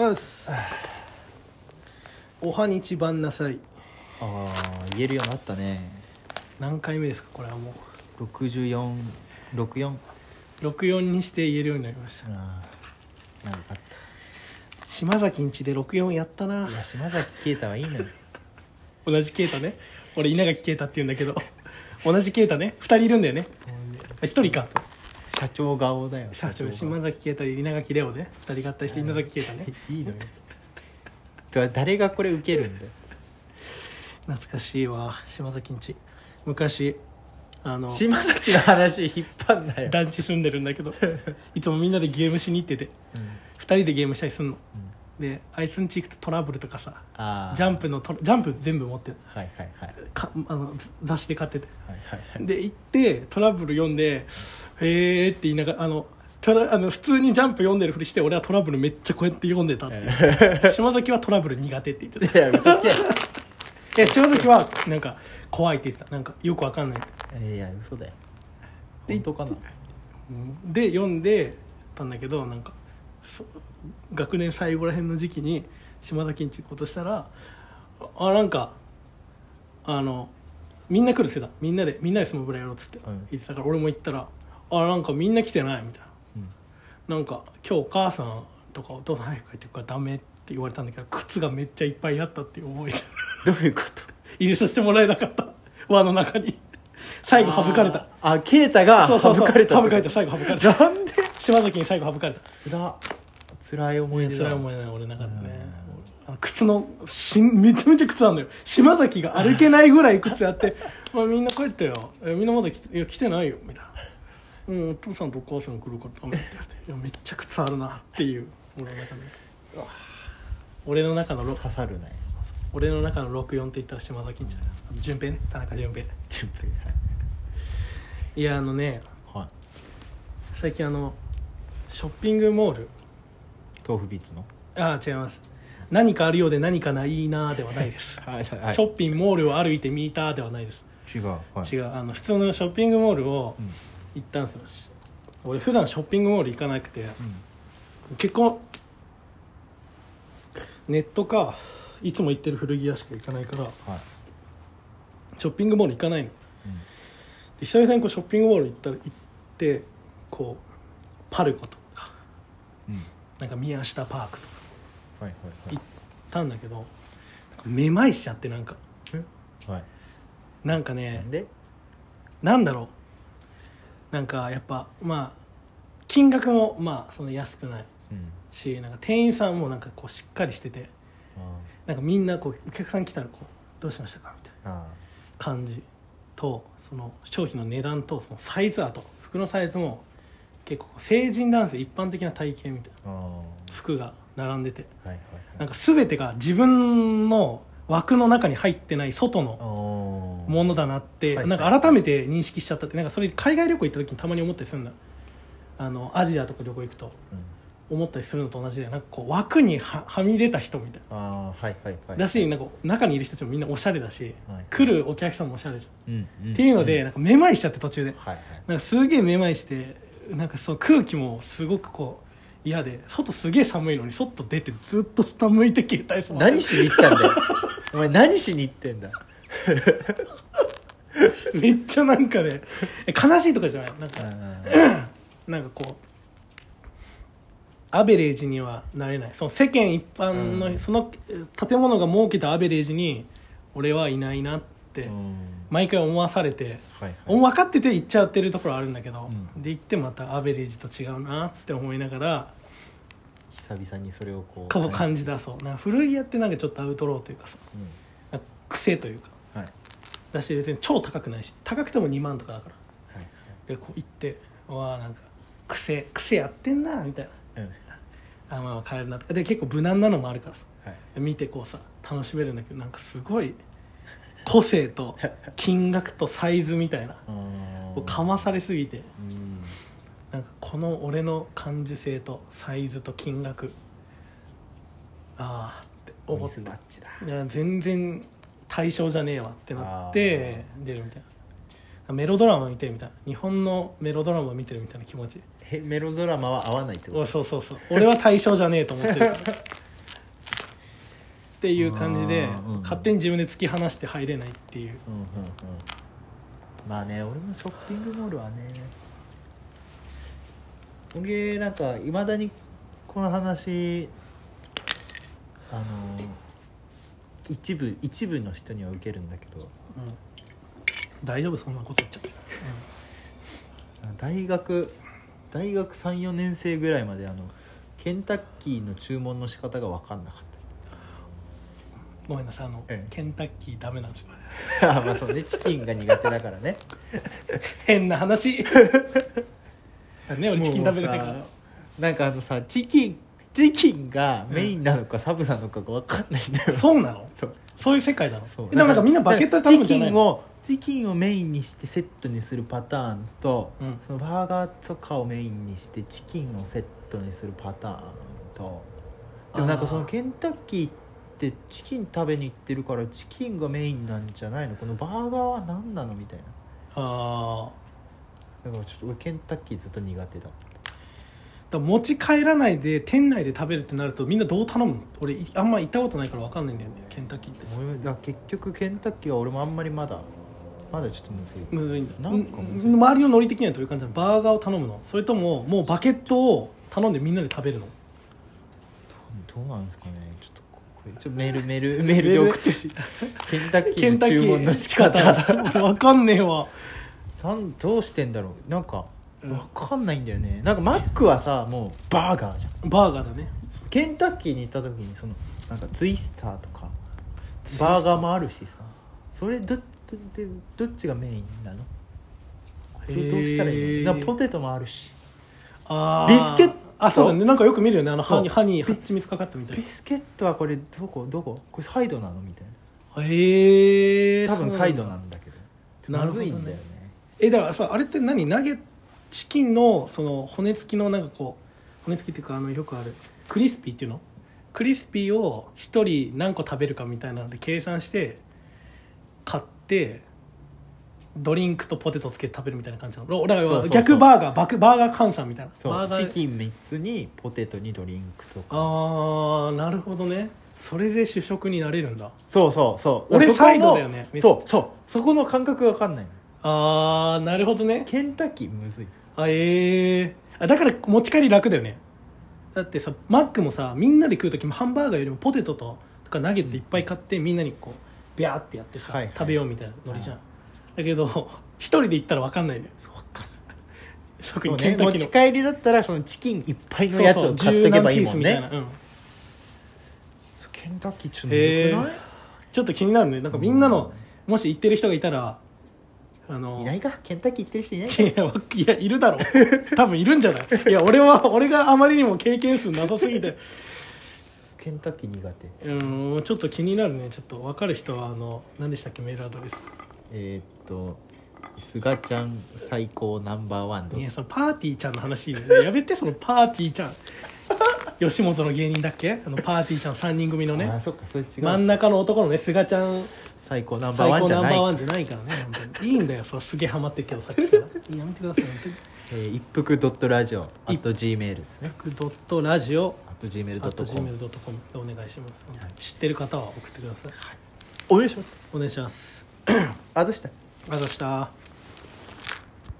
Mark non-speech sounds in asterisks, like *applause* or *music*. よしおはにちばんなさいああ言えるようになったね何回目ですかこれはも6464う64にして言えるようになりましたああなんかあっ島崎んちで64やったなたいや島崎啓太はいいのよ同じ啓太ね俺稲垣啓太って言うんだけど同じ啓太ね2人いるんだよねあ1人か社長顔だよ社長顔島崎啓太稲垣レオね2人合体して稲垣啓太ねいいのよてか誰がこれ受けるんだよ懐かしいわ島崎んち昔あの島崎の話引っ張んなよ、団地住んでるんだ *laughs* けどいつもみんなでゲームしに行っててうん2人でゲームしたりすんのうんであいつんち行くとトラブルとかさああジャンプのトラジャンプ全部持ってるはいはいはいかあの雑誌で買っててはいはいはいで行ってトラブル読んで「へえ」って言いながらあのトラあの普通にジャンプ読んでるふりして俺はトラブルめっちゃこうやって読んでたっていう島崎はトラブル苦手って言って *laughs* いや嘘つけたえ島崎はなんか怖いって言ってたなんかよくわかんないいや嘘だよ本当かなで読んでたんだけどなんかそ学年最後らへんの時期に島崎んち行こうとしたらあなんかあのみんな来るせだみんなでみんなでスマブラやろうっつってうん言ってたから俺も行ったらあなんかみんな来てないみたいうんななんか今日お母さんとかお父さん早く帰ってくからダメって言われたんだけど靴がめっちゃいっぱいあったっていう思い出どういうこと入れさせてもらえなかった輪の中に最後省かれたあーあ啓太がそう省そうそうかれた省かれた最後省かれたたなんで島崎に最後省かれたつら辛い思い出だ辛い思いない俺なかったねあの靴のしんめちゃめちゃ靴あんのよ島崎が歩けないぐらい靴あって *laughs* まあみんな帰ったよえみんなまだ来ていや来てないよみたいなうんお父さんとお母さん来るからダメって言われていやめっちゃ靴あるなっていう俺の中で俺の中のろ刺さるね俺の中の64って言ったら島崎んじゃない順平ね田中順平チンプいやあのねはい、はい、最近あのショッピングモール豆腐ビーツのああ違います何かあるようで何かないなーではないですはいはショッピングモールを歩いて見たではないです、違う、はい、違うあの普通のショッピングモールをうん行ったんですよ、俺普段ショッピングモール行かなくてうん結構ネットかいつも行ってる古着屋しか行かないからはいショッピングモール行かないのうんで久々にこうショッピングモール行った行ってこうパルコとかうんなんか宮下パークとかはいはい行ったんだけどなんかめまいしちゃってなんかはいなんかはねいでなんだろうなんかやっぱまあ金額もまあその安くないうんしなんか店員さんもなんかこうしっかりしててあなんかみんなこうお客さん来たらこうどうしましたかみたいなーあ感じとその商品の値段とそのサイズあと服のサイズも結構成人男性一般的な体型みたいーあーはな服が並んでていはいはいなんか全てが自分の枠の中に入ってない外のもものだなって、はいなんか改めて認識しちゃったってなんかそれ海外旅行行った時にたまに思ったりするんだあのアジアとか旅行行くとうん、思ったりするのと同じでなんかこう枠にははみ出た人みたいああはいはいはないだしなんか中にいる人たちもみんなおしゃれだし、はい来るお客さんもおしゃれじゃうんうんんっていうので、んなんかめまいしちゃって途中ではいはいなんかすげえめまいしてなんかその空気もすごくこう嫌で外すげえ寒いのに外出てずっと下向いて携帯触って何しに行ったんだよお前何しに行ってんだめっちゃなんかね悲しいとかじゃないなんか、なんかこうアベレージにはなれないその世間一般の、うんそのえー建物が設けたアベレージに俺はいないなってうん毎回思わされて、はいはい分かってて行っちゃってるところあるんだけど、うんで行ってまたアベレージと違うなって思いながら久々にそれをこう過去感じたそうなんか古着屋ってなんかちょっとアウトローというかさうんなんか癖というかはいだし別に超高くないし高くても2万とかだからはいでこう行ってうわあなんか癖癖やってんなみたいなはいうんあまあまあ買えるなとかで結構無難なのもあるからさはい見てこうさ楽しめるんだけどなんかすごい個性と金額とサイズみたいなこうかまされすぎてうんなんかこの俺の感受性とサイズと金額ああって思ミっスてマッチだいや全然対象じゃねえわってなって出るみたいなメロドラマ見てるみたいな日本のメロドラマ見てるみたいな気持ちえメロドラマは合わないってこおとそうそうそう俺は対象じゃねえと思ってるっていう感じで、あーうん勝手に自分で突き放して入れないっていううんうんうんまあね俺もショッピングモールはね俺なんかいまだにこの話あの一部一部の人には受けるんだけど大丈夫そんなこと言っちゃって、大学大学34年生ぐらいまであのケンタッキーの注文の仕方が分かんなかっごめんなさいあの、ええケンタッキーダメなんですよた *laughs* あまあそうねチキンが苦手だからね変な *laughs* 話ね俺チキン食べれないかもうらさなんかあのさチキンチキンがメインなのかサブなのかが分かんないんだよ、そうなのそうそういう世界なのそうでもなんかみんなバケットで食べるんじゃないチキンのをチキンをメインにしてセットにするパターンと、うんそのバーガーとかをメインにしてチキンをセットにするパターンとでもなんかそのケンタッキーってチキン食べに行ってるからチキンがメインなんじゃないのこのバーガーは何なのみたいなあだからちょっと俺ケンタッキーずっと苦手だったあだから持ち帰らないで店内で食べるってなるとみんなどう頼むの俺いあんま行ったことないから分かんないんだよねケンタッキーって俺だから結局ケンタッキーは俺もあんまりまだまだちょっとむずいむずいんだなんかむずいうん周りのノリ的にはどういう感じなのバーガーを頼むのそれとももうバケットを頼んでみんなで食べるのどうなんですかねちょっとここれちょっとメールメールメールで送って *laughs* ほしいケンタッキケーンタのッキ注ー文の仕方分かんねえ *laughs* わなんどうしてんだろうなんかうんわかんないんだよねなんかマックはさもうバーガーじゃんバーガーだねケンタッキーに行った時にそのなんかツイスターとかバーガーもあるしさそれどどでどっちがメインなのどどうしたらいいのなんかポテトもあるしあビスケットあそうだねなんかよく見るよねあのそう歯に歯に蜂蜜かかったみたいビスケットはこれどこどここれサイドなのみたいなへえな多分サイドなんだけどそうなんだまずいんだよねえだからさあれって何ナゲチキンのその骨付きのなんかこう骨付きっていうかあのよくあるクリスピーっていうのクリスピーを1人何個食べるかみたいなので計算して買ってドリンクとポテトつけて食べるみたいな感じなの俺だかそうらそうそう逆バーガーバクバーガー換算みたいなそバうーガチーキン3つにポテトにドリンクとかああなるほどねそれで主食になれるんだそうそうそう俺そこのサイドだよねそうそうそこの感覚が分かんないのああなるほどねケンタッキーむずいあええあだから持ち帰り楽だよねだってさマックもさみんなで食う時もハンバーガーよりもポテトととかナゲットいっぱい買って、みんなにこうビャーってやってさ、はいはい食べようみたいなノリじゃん、だけど一人で行ったら分かんないのよそう分かんない特そうにケねンタッ持キーのち帰りだったらそのチキンいっぱいのやつを買っとけばいいもんそうそう十何ピースみたいなねうんそうケンタッキーちょっとへむずくないちょっと気になるねなんかみんなの、もし行ってる人がいたらあのいないかケンタッキー行ってる人いないかいやわいやいるだろう多分いるんじゃないいや俺は俺があまりにも経験数なさすぎてケンタッキー苦手うーんちょっと気になるねちょっと分かる人はあの何でしたっけメールアドレスえー、っとすがちゃん最高ナンバーワンいやでそのパーティーちゃんの話いいねやめてそのパーティーちゃ *laughs* ん吉本の芸人だっけあのパーティーちゃん3人組のあねそっかそれ違う真ん中の男のねすがちゃん最高ナンバー最ワン高じナゃンバないーワンじゃないからね本当にいいんだよそれすげえハマってるけどさっきからやめてください本当にえー一服ドットラジオあと Gmail ですね僕ドットラジオあと Gmail.com gmail.com でお願いします、知ってる方は送ってください、お願いしますお願いしますあどうしたありがとうございました